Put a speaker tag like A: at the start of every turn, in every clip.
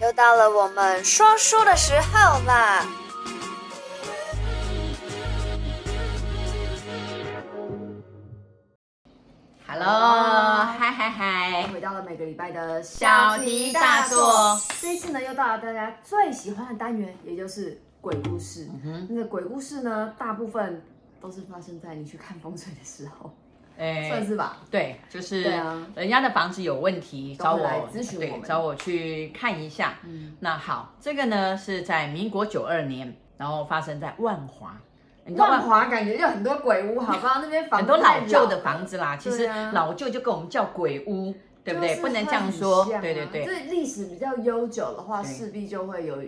A: 又到了我们说书的时候啦！
B: Hello，嗨嗨嗨，
C: 回到了每个礼拜的
B: 小题大做。
C: 这一次呢，又到了大家最喜欢的单元，也就是鬼故事。
B: 嗯哼
C: 那个鬼故事呢，大部分都是发生在你去看风水的时候，算
B: 哎，
C: 是吧？
B: 对，就是
C: 对啊
B: 人家的房子有问题，
C: 都
B: 找
C: 会
B: 我
C: 来咨询
B: 对
C: 我们
B: 找我去看一下。
C: 嗯，
B: 那好，这个呢是在民国九二年，然后发生在万华。你知道
C: 万华感觉就很多鬼屋，好不好？那边房
B: 很
C: 子
B: 多
C: 太
B: 老旧的房子啦，其实
C: 对啊
B: 老旧就跟我们叫鬼屋，对不对？
C: 就是
B: 不能这样
C: 很
B: 说，
C: 像啊
B: 对对对。
C: 就是历史比较悠久的话，
B: 对
C: 势必就会有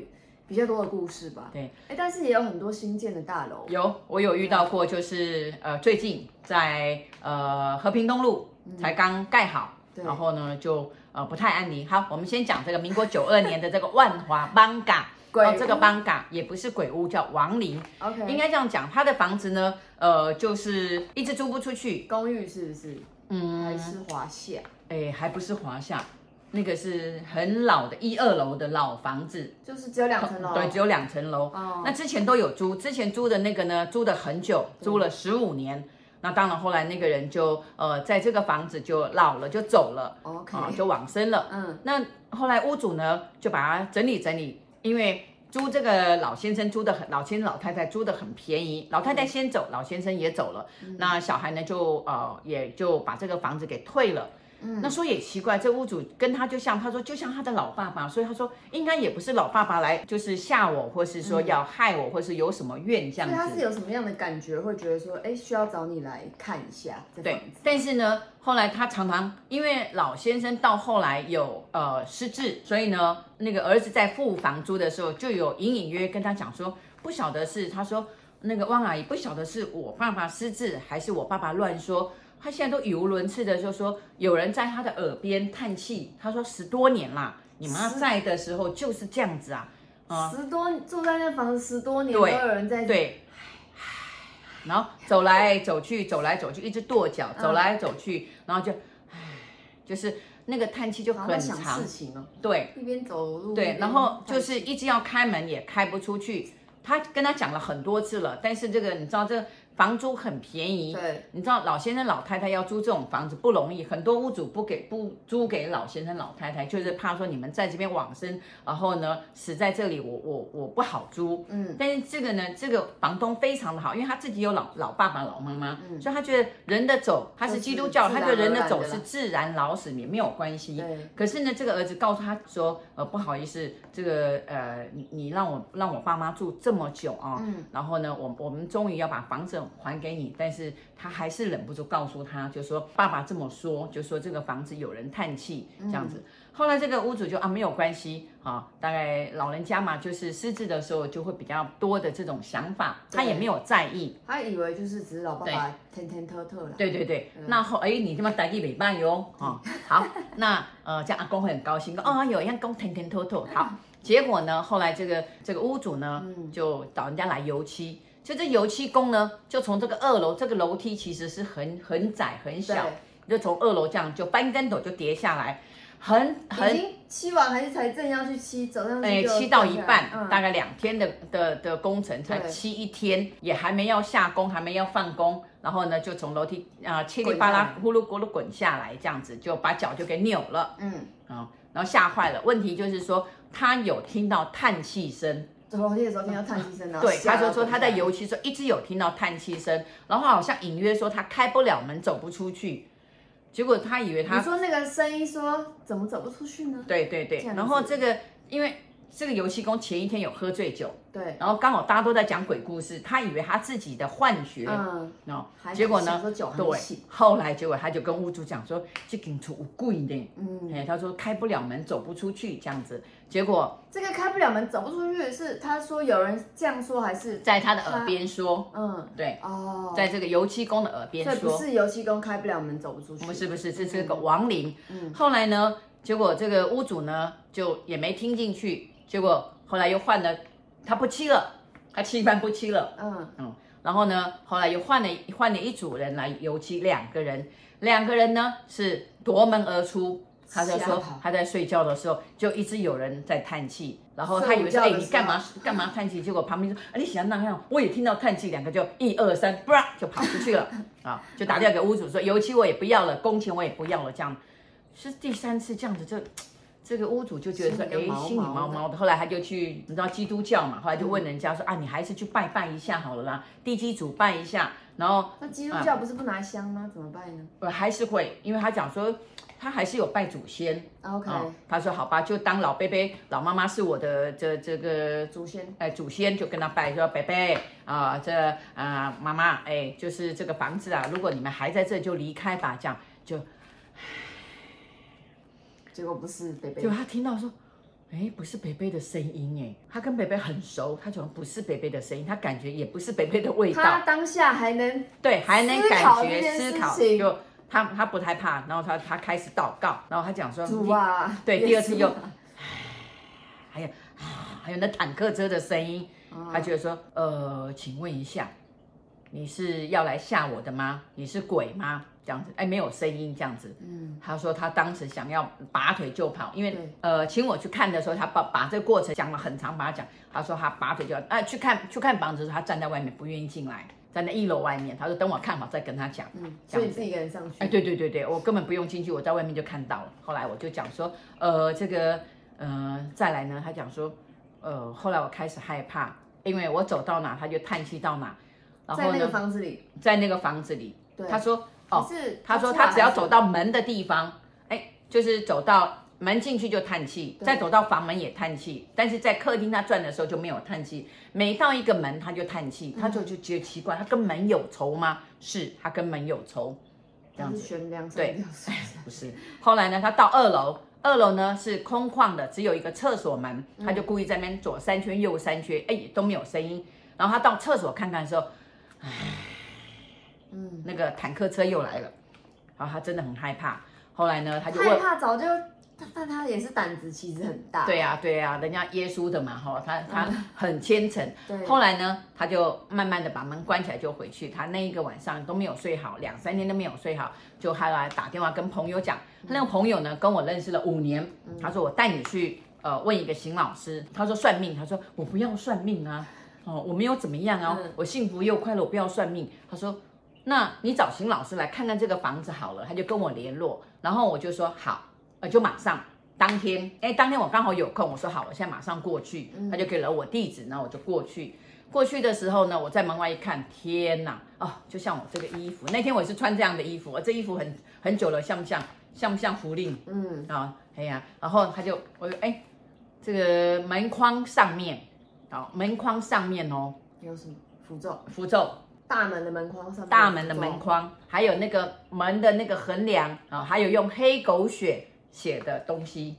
C: 比较多的故事吧。
B: 对，
C: 哎，但是也有很多新建的大楼，
B: 有，我有遇到过，就是呃，最近在呃和平东路才刚盖好，
C: 对
B: 然后呢就呃不太安宁。好，我们先讲这个民国九二年的这个万华邦嘎。
C: 鬼
B: 哦，这个
C: 屋
B: 邦嘎也不是鬼屋，叫亡灵，
C: ，OK，
B: 应该这样讲。他的房子呢，呃，就是一直租不出去，
C: 公寓是不是？还
B: 嗯，
C: 是华夏？
B: 哎，还不是华夏，那个是很老的一二楼的老房子，
C: 就是只有两层楼，
B: 对，只有两层楼。
C: 哦
B: 那之前都有租，之前租的那个呢，租的很久，租了十五年。那当然，后来那个人就呃，在这个房子就老了，就走了，
C: ，OK，
B: 啊、就往生了。
C: 嗯，
B: 那后来屋主呢，就把它整理整理，因为租这个老先生租的很，老先生老太太租的很便宜，老太太先
C: 嗯
B: 走，老先生也走了，那小孩呢就呃也就把这个房子给退了。
C: 嗯
B: 那说也奇怪，这屋主跟他就像他说就像他的老爸爸，所以他说应该也不是老爸爸来就是吓我，或是说要害我，或是有什么怨这
C: 嗯所
B: 样
C: 以
B: 子。
C: 他是有什么样的感觉，会觉得说，哎，需要找你来看一下这
B: 对
C: 房子，
B: 但是呢，后来他常常因为老先生到后来有呃失智，所以呢，那个儿子在付房租的时候，就有隐隐约约跟他讲说，不晓得是他说那个汪阿姨不晓得是我爸爸失智，还是我爸爸乱说。他现在都语无伦次的就说，有人在他的耳边叹气。他说十多年啦，你妈在的时候就是这样子啊，啊、
C: 十多住在那房子十多年，都
B: 对
C: 有人在，
B: 对，然后走来走去，走来走去，一直跺脚，走来走去，然后就，唉，就是那个叹气就
C: 然后在
B: 很
C: 想
B: 长
C: 事，情哦，
B: 对
C: 一边走路，一
B: 对，
C: 边
B: 然后就是
C: 看
B: 一直要开门也开不出去。他跟他讲了很多次了，但是这个你知道，这个房租很便宜，
C: 对，
B: 你知道老先生老太太要租这种房子不容易，很多屋主不给不租给老先生老太太，就是怕说你们在这边往生，然后呢死在这里我，我我不好租。
C: 嗯，
B: 但是这个呢，这个房东非常的好，因为他自己有老老爸爸老妈妈，所以他觉得人的走，他是基督教，
C: 就
B: 他
C: 嗯是自然
B: 觉得人的
C: 而
B: 走
C: 然的
B: 是
C: 啦
B: 自然老死也没有关系。
C: 对
B: 可是呢，这个儿子告诉他说，呃，不好意思，这个呃，你你让我让我爸妈住这么久啊、然后呢，我我们终于要把房子还给你，但是他还是忍不住告诉他，就说爸爸这么说，就说这个房子有人叹气这样子。后来这个屋主就啊没有关系啊，大概老人家嘛，就是失智的时候就会比较多的这种想法，他也没有在意。
C: 他以为就是只是老爸爸天天特特啦，
B: 对对对，那后哎，你这么台语袂歹哟，哦，好，那呃，这样阿公会很高兴，说哦，有样公甜甜透透，好。结果呢，后来这个这个屋主呢，就找人家来油漆，就这油漆工呢，就从这个二楼，这个楼梯其实是很很窄很小，就从二楼这样就翻跟斗就跌下来，很很
C: 已经漆完还是才正要去漆，走上
B: 哎，
C: 去就
B: 漆到一半，
C: 嗯
B: 大概两天的的的工程才
C: 对
B: 漆一天，也还没要下工，还没要放工，然后呢就从楼梯啊噼里啪啦呼噜咕噜滚下来，这样子就把脚就给扭了
C: 嗯，
B: 啊、然后吓坏了。问题就是说他有听到叹气声，
C: 走楼梯的时候听到叹息声，然后
B: 对，
C: 哦吓
B: 他
C: 到
B: 就说他
C: 滚
B: 在
C: 下来
B: 油漆说一直有听到叹气声，然后好像隐约说他开不了门，走不出去，结果他以为他
C: 你说那个声音说怎么走不出去呢？
B: 对对对
C: 这，样
B: 然后
C: 子
B: 这个因为这个油漆工前一天有喝醉酒。
C: 对，
B: 然后刚好大家都在讲鬼故事，他以为他自己的幻觉，
C: 嗯，
B: 然后
C: 还
B: 结果
C: 想
B: 呢
C: 说酒，还没
B: 对
C: 醒，
B: 后来结果他就跟屋主讲说，这间厝有鬼呢，
C: 嗯
B: 哎，他说开不了门，走不出去这样子，结果
C: 这个开不了门走不出去，是他说有人这样说还是
B: 在他的耳边说，
C: 嗯
B: 对，
C: 哦，
B: 在这个油漆工的耳边
C: 所以不
B: 说，
C: 是嗯油漆工开不了门走不出去，
B: 不是不是，这是个亡灵。
C: 嗯
B: 后来呢，结果这个屋主呢就也没听进去，结果后来又换了，他不漆了，他漆一半不漆了。
C: 嗯
B: 嗯，然后呢，后来又换了换了一组人来油漆，两个人，两个人呢是夺门而出，他在
C: 吓
B: 说
C: 跑
B: 他在睡觉的时候，就一直有人在叹气，然后
C: 睡
B: 他以为说
C: 午
B: 哎、
C: 觉的
B: 你
C: 时
B: 干
C: 候
B: 嘛干嘛叹气？结果旁边说啊你喜欢那样，我也听到叹气两个就一二三，不就跑出 去了啊，就打电话给屋主说油漆我也不要了，工钱我也不要了，这样是第三次这样子就。这个屋主就觉得说，
C: 心里就毛
B: 哎，心里
C: 毛
B: 毛
C: 的
B: 毛的。后来他就去，你知道基督教嘛，后来就问人家
C: 嗯
B: 说，啊，你还是去拜拜一下好了啦，地基主拜一下。然后
C: 那基督教不是不拿香吗？怎么办呢
B: 呃，还是会，因为他讲说他还是有拜祖先
C: ？OK，
B: 啊、他说好吧，就当老贝贝、老妈妈是我的这这个
C: 祖先
B: 哎祖先，就跟他拜说贝贝啊，这啊、妈妈哎，就是这个房子啊，如果你们还在这就离开吧，这样就
C: 结果不是北北
B: 就，他听到说。哎，不是北北的声音哎，他跟北北很熟，他怎么不是北北的声音？他感觉也不是北北的味道
C: 他，当下还能
B: 对，还能
C: 思
B: 感
C: 考这
B: 觉
C: 件
B: 思
C: 事
B: 考，
C: 情
B: 就他他不太怕，然后他他开始祷告，然后他讲说，
C: 主啊，
B: 对
C: 耶稣
B: 第二次又
C: 啊
B: 还有啊还有那坦克车的声音，
C: 哦
B: 他觉得说，呃，请问一下，你是要来吓我的吗？你是鬼吗？这样子，哎，没有声音这样子。
C: 嗯，
B: 他说他当时想要拔腿就跑，因为
C: 对
B: 呃，请我去看的时候，他把把这个过程讲了很长，把它讲。他说他拔腿就要啊去看去看房子的时候，他站在外面不愿意进来，站在一楼外面。他说等我看好再跟他讲。
C: 嗯，所
B: 这样子
C: 以你自己一个人上去，
B: 哎，对对对对，我根本不用进去，我在外面就看到了。后来我就讲说，呃，这个，呃，再来呢，他讲说，呃，后来我开始害怕，因为我走到哪他就叹气到哪，然
C: 在
B: 后
C: 那
B: 呢
C: 个，房子里，
B: 在那个房子里，
C: 对，
B: 他说，哦，
C: 可是
B: 他说
C: 出来
B: 他只要
C: 还是
B: 走到门的地方，哎，就是走到门进去就叹气，
C: 对
B: 再走到房门也叹气，但是在客厅他转的时候就没有叹气，每到一个门他就叹气，他
C: 嗯
B: 就就觉得奇怪，他跟门有仇吗？是他跟门有仇，这样
C: 就
B: 子
C: 是。悬梁上
B: 对
C: 吊 死的
B: 不是。后来呢，他到二楼，二楼呢是空旷的，只有一个厕所门，他
C: 嗯
B: 就故意在那边左三圈右三圈，哎、也都没有声音。然后他到厕所看看的时候，
C: 嗯，
B: 那个坦克车又来了，然后他真的很害怕。后来呢，他就
C: 害
B: 问。
C: 怕早就，但但他也是胆子其实很大，
B: 对啊呀、对呀、人家耶稣的嘛，哈、他他很虔诚。
C: 对，
B: 后来呢，他就慢慢的把门关起来就回去。他那一个晚上都没有睡好，两三天都没有睡好，就后来打电话跟朋友讲，他那个朋友呢跟我认识了五年，他说我带你去呃问一个邢老师，他说算命，他说我不要算命啊，哦我没有怎么样啊
C: 嗯，
B: 我幸福又快乐，我不要算命。他说那你找邢老师来看看这个房子好了，他就跟我联络，然后我就说好，呃就马上。当天，哎，当天我刚好有空，我说好，我现在马上过去，他就给了我地址，然后我就过去。过去的时候呢，我在门外一看，天哪！哦，就像我这个衣服，那天我也是穿这样的衣服，我这衣服很很久了，像不像像不像福令
C: 嗯，
B: 啊？哎呀、然后他就我就哎，这个门框上面，哦，门框上面哦，
C: 有什么符咒？
B: 符咒
C: 大门的门框上面有符咒，
B: 大门的门框，还有那个门的那个横梁啊、还有用黑狗血写的东西，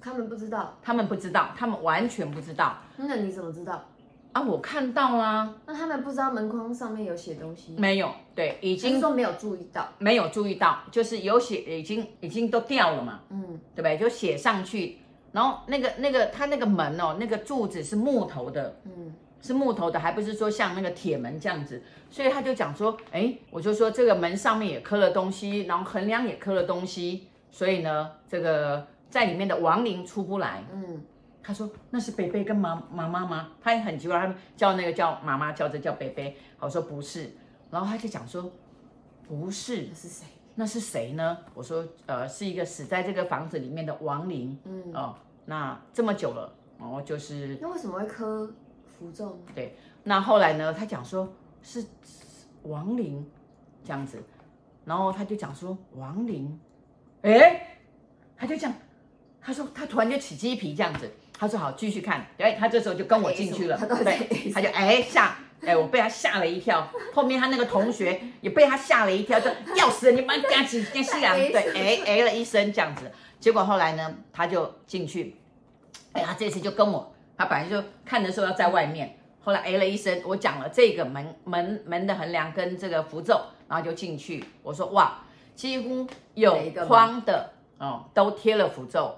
C: 他们不知道，
B: 他们不知道，他们完全不知道
C: 那你怎么知道？
B: 啊！我看到啦、
C: 那他们不知道门框上面有写东西，
B: 没有，对，已
C: 已经
B: 经
C: 说没有注意到，
B: 没有注意到，就是有血已经已经都掉了嘛，
C: 嗯，
B: 对不对？就写上去，然后那个那个它那个门哦，那个柱子是木头的，
C: 嗯，
B: 是木头的，还不是说像那个铁门这样子，所以他就讲说，哎，我就说这个门上面也刻了东西，然后横梁也刻了东西，所以呢，这个在里面的亡灵出不来。
C: 嗯，
B: 他说那是北北跟妈妈妈吗？他也很奇怪，他们叫那个叫妈妈，叫这叫北北。我说不是，然后他就讲说不是，
C: 那是谁？
B: 那是谁呢？我说，呃，是一个死在这个房子里面的亡灵
C: 嗯，
B: 哦。那这么久了，哦，就是
C: 那为什么会刻符咒呢？
B: 那后来呢，他讲说是亡灵这样子，然后他就讲说亡灵，哎，他就这样，他说他突然就起鸡皮这样子，他说好继续看，哎，他这时候就跟我进去了，
C: 他到底在 A 什
B: 对，
C: 么
B: 哎他就哎吓。哎，我被他吓了一跳，后面他那个同学也被他吓了一跳，就要死了，你们干几件事啊？对，哎哎了一声这样子，结果后来呢，他就进去，哎，他这次就跟我，他本来就看的时候要在外面，后来哎了一声，我讲了这个门门门的横梁跟这个符咒，然后就进去，我说哇，几乎有
C: 每一个门
B: 框的哦都贴了符咒，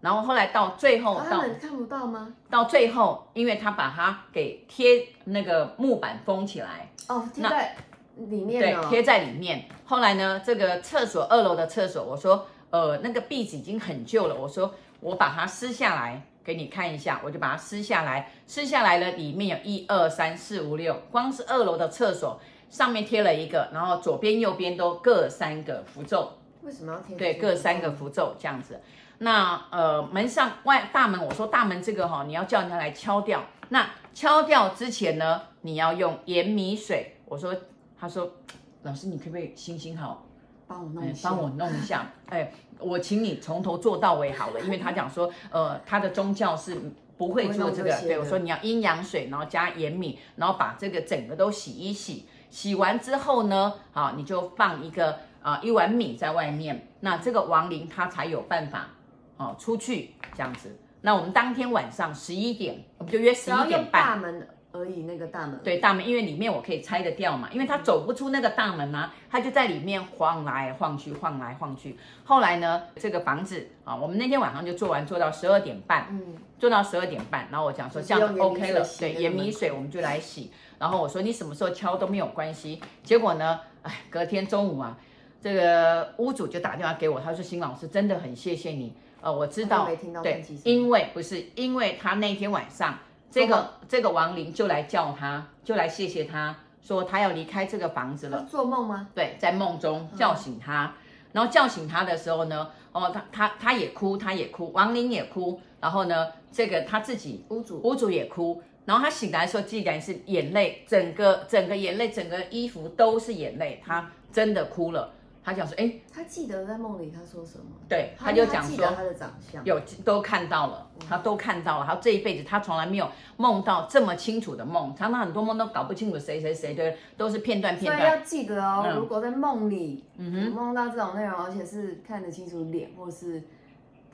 B: 然后后来到最后
C: 啊他
B: 哦到
C: 们看不到吗？
B: 到最后，因为他把它给贴那个木板封起来，
C: 哦，贴
B: 那
C: 在里面
B: 对，
C: 哦，
B: 贴在里面。后来呢，这个厕所二楼的厕所，我说。呃，那个壁纸已经很旧了，我说我把它撕下来给你看一下，我就把它撕下来，撕下来了，里面有一二三四五六，光是二楼的厕所上面贴了一个，然后左边右边都各三个符咒，
C: 为什么要贴？
B: 对，各三个。符咒这样子。那呃，门上外大门，我说大门这个哈、你要叫人家来敲掉。那敲掉之前呢，你要用盐米水。我说，他说，老师，你可不可以行行好？
C: 帮我弄
B: 哎
C: 一，下。
B: 帮我弄一下， 哎，我请你从头做到尾好了，因为他讲说，呃，他的宗教是不会做这
C: 不会弄这
B: 个
C: 些，的
B: 对我说你要阴阳水，然后加盐米，然后把这个整个都洗一洗，洗完之后呢，啊，你就放一个啊、一碗米在外面，那这个亡灵他才有办法哦出去这样子。那我们当天晚上十一点，我们就约
C: 只
B: 十一
C: 要
B: 点
C: 用
B: 半，
C: 大门而已，那个大门。
B: 对大门，因为里面我可以拆得掉嘛，因为他走不出那个大门啊，他就在里面晃来晃去，晃来晃去。后来呢，这个房子啊，我们那天晚上就做完，做到十二点半，
C: 嗯，
B: 做到十二点半，然后我讲说
C: 就
B: 这样
C: 用
B: 就
C: 盐米
B: OK 了
C: 水，洗
B: 对，
C: 那个
B: 盐米
C: 门
B: 水我们就来洗。然后我说你什么时候敲都没有关系。结果呢，哎，隔天中午啊，这个屋主就打电话给我，他说新老师真的很谢谢你，呃，我知
C: 他
B: 道
C: 都没听，到
B: 对
C: 登记，是吗
B: 因为不是因为他那天晚上这
C: 做
B: 个这个亡灵就来叫他，就来谢谢他，说他要离开这个房子了
C: 他。做梦吗？
B: 对，在梦中
C: 嗯
B: 叫醒他，然后叫醒他的时候呢，哦，他他他也哭，他也哭，王林也哭，然后呢，这个他自己
C: 屋主
B: 屋主也哭，然后他醒来的时候，既然是眼泪，整个整个眼泪，整个衣服都是眼泪，他真的哭了。他讲说，哎，
C: 他记得在梦里他说什么？
B: 对，他就讲
C: 记
B: 说
C: 得，哦嗯他的长相。
B: 有都看到了，他都看到了，他这一辈子他从来没有梦到这么清楚的梦，常常很多梦都搞不清楚谁谁谁对，都是片段片
C: 所以
B: 段。
C: 要记得哦，
B: 嗯
C: 如果在梦里、有梦到这种内容，而且是看得清楚脸，或是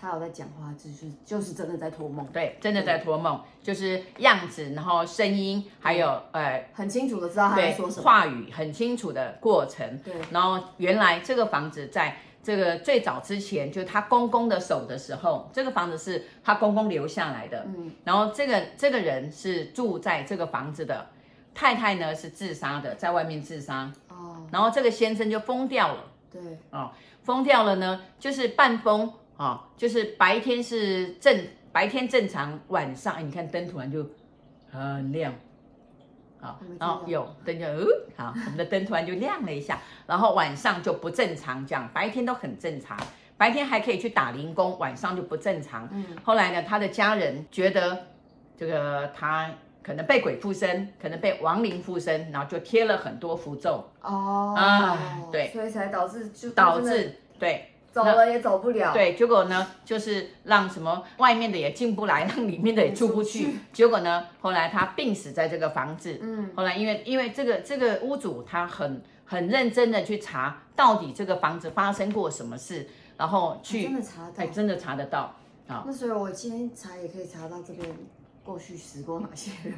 C: 他有在讲话，就是就是真的在托梦，
B: 对，真的在托梦，就是样子，然后声音，还有呃，
C: 很清楚的知道他在
B: 对
C: 嗯说什，么。
B: 话语很清楚的过程。
C: 对，
B: 然后原来这个房子在这个最早之前，就是他公公的手的时候，这个房子是他公公留下来的。
C: 嗯，
B: 然后这个这个人是住在这个房子的，太太呢是自杀的，在外面自杀。
C: 哦，
B: 然后这个先生就疯掉了。
C: 对，
B: 疯掉了呢，就是半疯啊、就是白天是正白天正常，晚上哎，你看灯突然就很亮，好
C: 我没，
B: 然后
C: 听到
B: 有灯就呃，好，我们的灯突然就亮了一下，然后晚上就不正常，这样白天都很正常，白天还可以去打零工，晚上就不正常。
C: 嗯，
B: 后来呢，他的家人觉得这个他可能被鬼附身，可能被亡灵附身，然后就贴了很多符咒，
C: 哦，
B: 啊对
C: 所以才导致就
B: 导
C: 真的
B: 致对
C: 走了也走不了，，
B: 对，结果呢，就是让什么外面的也进不来， 让里面的也出不去。结果呢，后来他病死在这个房子。
C: 嗯，
B: 后来因为因为这个这个屋主他很很认真的去查到底这个房子发生过什么事，然后
C: 去真
B: 去
C: 的查到
B: 哎。真的查得到。
C: 那所以我今天查也可以查到这边过去死过哪些人，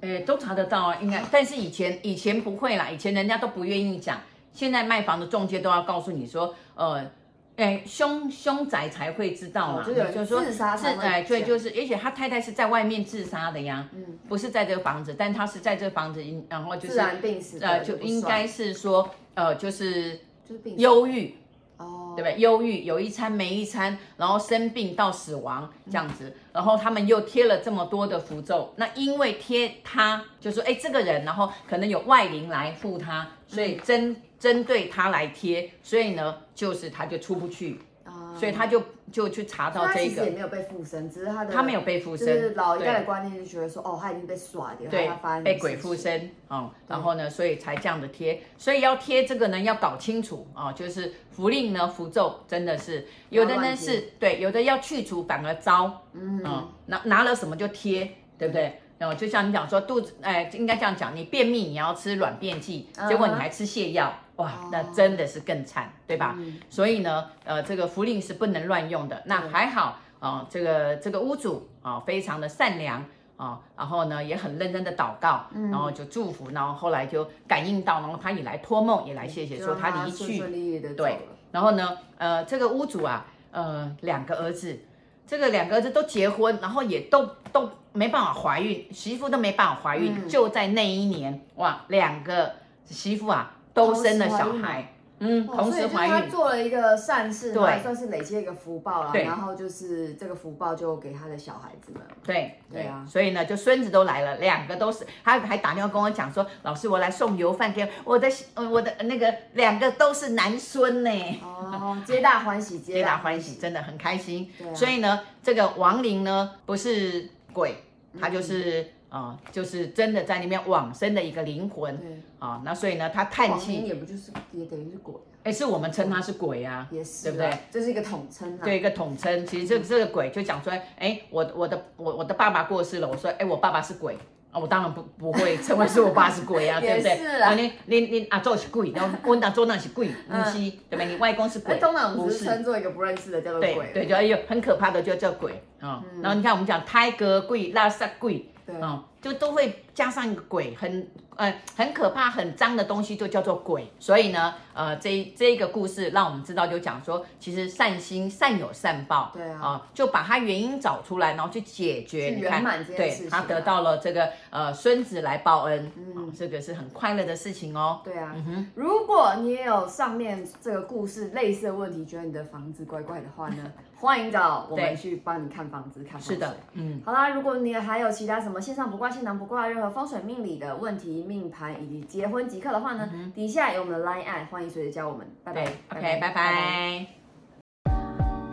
B: 诶，都查得到啊，应该。但是以前以前不会啦，以前人家都不愿意讲，现在卖房的中介都要告诉你说，呃，诶，凶凶宅才会知道嘛，
C: 哦就有人
B: 是说
C: 自杀才
B: 是
C: 会
B: 哎，对，
C: 讲
B: 就是，而且他太太是在外面自杀的呀，
C: 啊嗯
B: 不是在这个房子，但他是在这个房子，应然后就
C: 自
B: 是
C: 然病死的
B: 呃，
C: 就
B: 就
C: 不
B: 应
C: 算
B: 该是说，呃，就是
C: 就是病死
B: 忧郁，
C: 哦，
B: 对不对？忧郁有一餐没一餐，然后生病到死亡这样子，然后他们又贴了这么多的符咒，那因为贴他就说，哎，这个人，然后可能有外灵来附他，所
C: 嗯
B: 以针、针对他来贴，所以呢，就是他就出不去，
C: 啊
B: 所以他就就去查到
C: 他
B: 这
C: 其实也
B: 个，
C: 没有被附身，只是他的
B: 他没有被附身，
C: 就是老一
B: 对
C: 代的观念就觉得说，哦，他已经被耍掉，
B: 对
C: 他发，生
B: 被鬼附
C: 附，
B: 身
C: 嗯
B: 哦，然后呢，所以才这样的贴，所以要贴这个呢，要搞清楚啊、哦，就是符令呢，符咒真的是有的
C: 不要
B: 呢
C: 乱贴
B: 是对，有的要去除反而糟，
C: 嗯，
B: 嗯，拿拿了什么就贴，对不对？然后就像你讲说肚子，哎，应该这样讲，你便秘你要吃软便剂，结果你
C: 嗯哼
B: 还吃泻药，哇
C: 哦，
B: 那真的是更惨，对吧？
C: 嗯
B: 所以呢，呃，这个符令是不能乱用的。那还好啊、这个这个屋主啊、非常的善良啊、然后呢也很认真的祷告，
C: 嗯
B: 然后就祝福，然后后来就感应到，然后他也来托梦，也来谢谢，
C: 就
B: 说
C: 让
B: 他离
C: 顺
B: 去
C: 顺利利的
B: 对然后呢，呃，这个屋主啊，呃，两个儿子，这个两个儿子都结婚，然后也都都没办法怀孕，媳妇都没办法怀孕，
C: 嗯
B: 就在那一年，哇，两个媳妇啊都生了小
C: 同时怀
B: 孩，嗯，
C: 哦
B: 同
C: 所以
B: 时
C: 就是
B: 怀
C: 他
B: 孕，
C: 做了一个善事，
B: 对
C: 然后也算是累积了一个福报了。
B: 对
C: 然后就是这个福报就给他的小孩子 们。
B: 对
C: 对啊
B: 所以呢，就孙子都来了，两个都是，他还打电话跟我讲说，老师，我来送油饭给我的，呃我的那个两个都是男孙呢，
C: 哦，皆大欢喜，
B: 皆大欢喜，。真的很开心。
C: 啊对啊
B: 所以呢，这个亡灵呢不是鬼，
C: 嗯
B: 他就是啊、呃就是真的在里面往生的一个灵魂
C: 对，
B: 啊、那所以呢，他叹
C: 广兴
B: 气，
C: 也不就是也等于是鬼啊，
B: 哎，是我们称他是鬼啊，
C: 也是
B: 对
C: 啊
B: 不对？？
C: 这是一个统称啊。
B: 对一个统称，其实这这个鬼就讲说，哎，我我的我我的爸爸过世了，我说，哎，我爸爸是鬼。啊，我当然不不会称为是我爸是鬼啊，对不对？
C: 也是啦
B: 啊，你你你阿祖是鬼，然后我阿祖那是鬼，不
C: 嗯
B: 是，对不对？你外公是鬼
C: 哎，，通常我
B: 不
C: 们只
B: 是
C: 是称作一个不认识的叫做
B: 对
C: 鬼。嗯
B: 对，就哎呦，很可怕的就叫鬼啊、然后你看我们讲胎格鬼、垃圾鬼
C: 对
B: 啊、就都会加上一个鬼，很呃很可怕、很脏的东西就叫做鬼。所以呢，呃，这一这一个故事让我们知道，就讲说，其实善心善有善报，
C: 对啊
B: 就把它原因找出来，然后去解决，
C: 去
B: 你
C: 圆
B: 看
C: 满这件事
B: 对
C: 情
B: 他
C: 啊
B: 得到了这个呃孙子来报恩，嗯，这个是很快乐的事情哦。
C: 对啊，如果你也有上面这个故事类似的问题，觉得你的房子怪怪的话呢， 欢迎找我
B: 对
C: 们去帮你看房子、看风水
B: 是的，嗯。
C: 好啦，如果你还有其他什么线上不挂、现场不挂，任何风水命理的问题、命盘以及结婚即刻的话呢，底下有我们的 Line at，欢迎随时加我们。拜拜
B: 嗯对，OK，拜拜。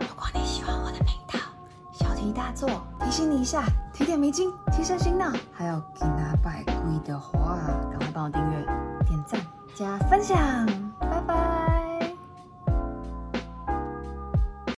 D: 如果你喜欢我的频道，小题大做提醒你一下，提点迷津，提升醒脑。还有给拿百贵的话，赶快帮我订阅、点赞、加分享，拜拜。